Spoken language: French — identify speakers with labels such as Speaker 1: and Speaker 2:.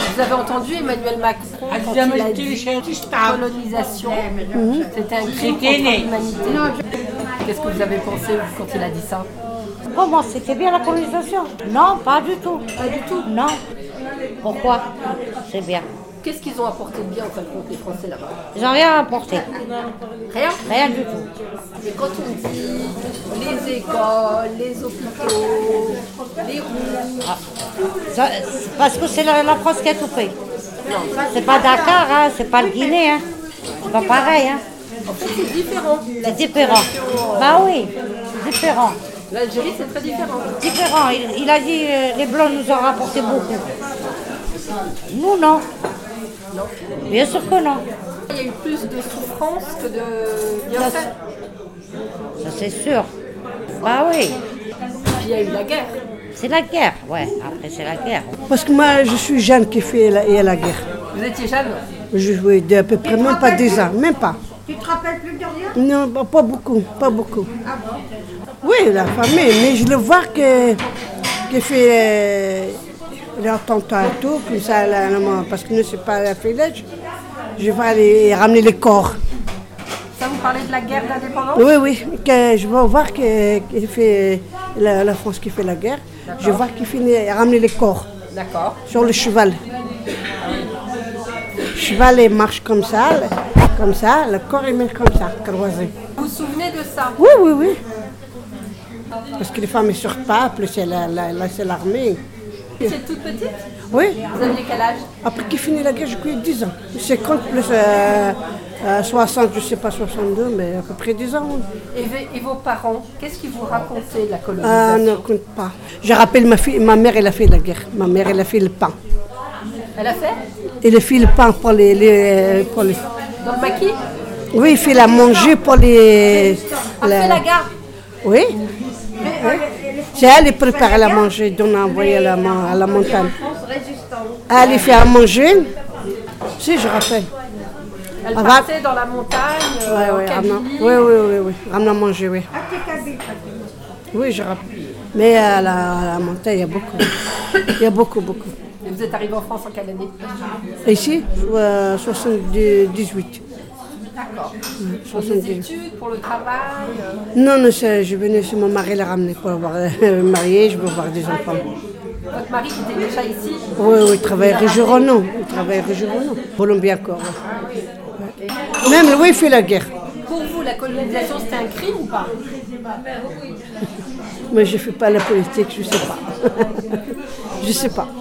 Speaker 1: vous avez entendu Emmanuel Macron quand il a dit colonisation, c'était un crime contre l'humanité. Qu'est-ce que vous avez pensé vous, quand il a dit ça
Speaker 2: Comment c'était bien la colonisation Non, pas du tout. Pas du tout Non. Pourquoi C'est bien.
Speaker 1: Qu'est-ce qu'ils ont apporté de bien en fin de compte les Français là-bas
Speaker 2: Ils n'ont rien apporté.
Speaker 1: Rien
Speaker 2: Rien du tout.
Speaker 1: Et quand on dit les écoles, les hôpitaux, les routes,
Speaker 2: Ça, c'est parce que c'est la, la France qui a tout fait. C'est pas Dakar, hein, c'est pas le Guinée. Hein. C'est pas pareil. Hein.
Speaker 1: en fait c'est différent.
Speaker 2: C'est différent. Bah oui, c'est différent.
Speaker 1: L'Algérie c'est très différent.
Speaker 2: Différent. Il, il a dit euh, les Blancs nous ont rapporté beaucoup. Nous, non. Bien sûr que non.
Speaker 1: Il y a eu plus de souffrance que de bienfaits.
Speaker 2: Ça, c'est sûr. Bah oui.
Speaker 1: Puis il y a eu la guerre.
Speaker 2: C'est la guerre. Ouais, après, c'est la guerre.
Speaker 3: Parce que moi, je suis jeune qui fait la, et la guerre.
Speaker 1: Vous étiez jeune
Speaker 3: Je jouais d'à peu près même pas 10 ans, même pas.
Speaker 4: Tu te rappelles plus de rien
Speaker 3: Non, bah, pas beaucoup, pas beaucoup. Oui, la famille, mais je le vois que, que fait euh, l'attentat et tout, comme ça, la, la maman, parce que nous, c'est pas la village. Je vais aller ramener les corps.
Speaker 1: Ça vous parlait de la guerre d'indépendance
Speaker 3: Oui, oui, que je vais voir que, qu'il fait la, la France qui fait la guerre. Je vois qu'il finit ramener les corps
Speaker 1: D'accord.
Speaker 3: sur le cheval. Cheval, il marche comme ça, le- comme ça, le corps, il marche comme ça, croisé.
Speaker 1: Vous vous souvenez de ça
Speaker 3: Oui, oui, oui. Parce que les femmes ne sortent pas, plus c'est la- la- la- c'est l'armée.
Speaker 1: Vous étiez toute petite
Speaker 3: Oui,
Speaker 1: Vous aviez quel âge
Speaker 3: après qu'il finit la guerre, j'ai eu 10 ans. 50 plus euh, euh, 60, je ne sais pas, 62, mais à peu près 10 ans. oui.
Speaker 1: et, v- et vos parents, qu'est-ce qu'ils vous racontaient de la
Speaker 3: Ah,
Speaker 1: colonisation
Speaker 3: ne compte pas. Je rappelle, ma, fille, ma mère, elle a fait la guerre. Ma mère, elle a fait le pain.
Speaker 1: Elle a fait
Speaker 3: Elle a fait le pain pour les- les- pour les
Speaker 1: Dans le maquis
Speaker 3: Oui, il fait la manger pour les.
Speaker 1: Après la guerre euh,
Speaker 3: Oui. C'est elle qui prépare la manger, donne à envoyer à la, ma- à
Speaker 1: euh,
Speaker 3: la montagne. Ah,
Speaker 4: France résistante.
Speaker 3: Elle fait à manger. Si, je rappelle.
Speaker 1: Euh, Elle
Speaker 3: Ah,
Speaker 1: partait dans la montagne,
Speaker 3: Oui,
Speaker 1: euh,
Speaker 3: oui,
Speaker 1: en
Speaker 3: ramener-
Speaker 1: Kabylie.
Speaker 3: oui, oui, oui, oui. Ramener à manger, oui.
Speaker 1: Ah,
Speaker 4: À tes cabines, Fatima.
Speaker 3: Oui, je rappelle. Mais à la, à la montagne, il y a beaucoup. Il y a beaucoup, beaucoup.
Speaker 1: Et vous êtes arrivé en France en quelle année
Speaker 3: Ici, euh, 78.
Speaker 1: D'accord. Pour les
Speaker 3: 78.
Speaker 1: études, pour le travail euh,
Speaker 3: Mm, Non, non, c'est- je venais chez mon mari la ramener pour avoir euh, marié, je veux voir des enfants.
Speaker 1: Votre mari qui était déjà ici
Speaker 3: Oui, oui, il travaille région Renault. Il travaille région Renault. Colombien encore. ouais. Ouais. Même lui, il fait la guerre.
Speaker 1: Pour vous, la colonisation, c'était un crime ou pas
Speaker 3: Mais je ne fais pas la politique, je ne sais pas. je ne sais pas.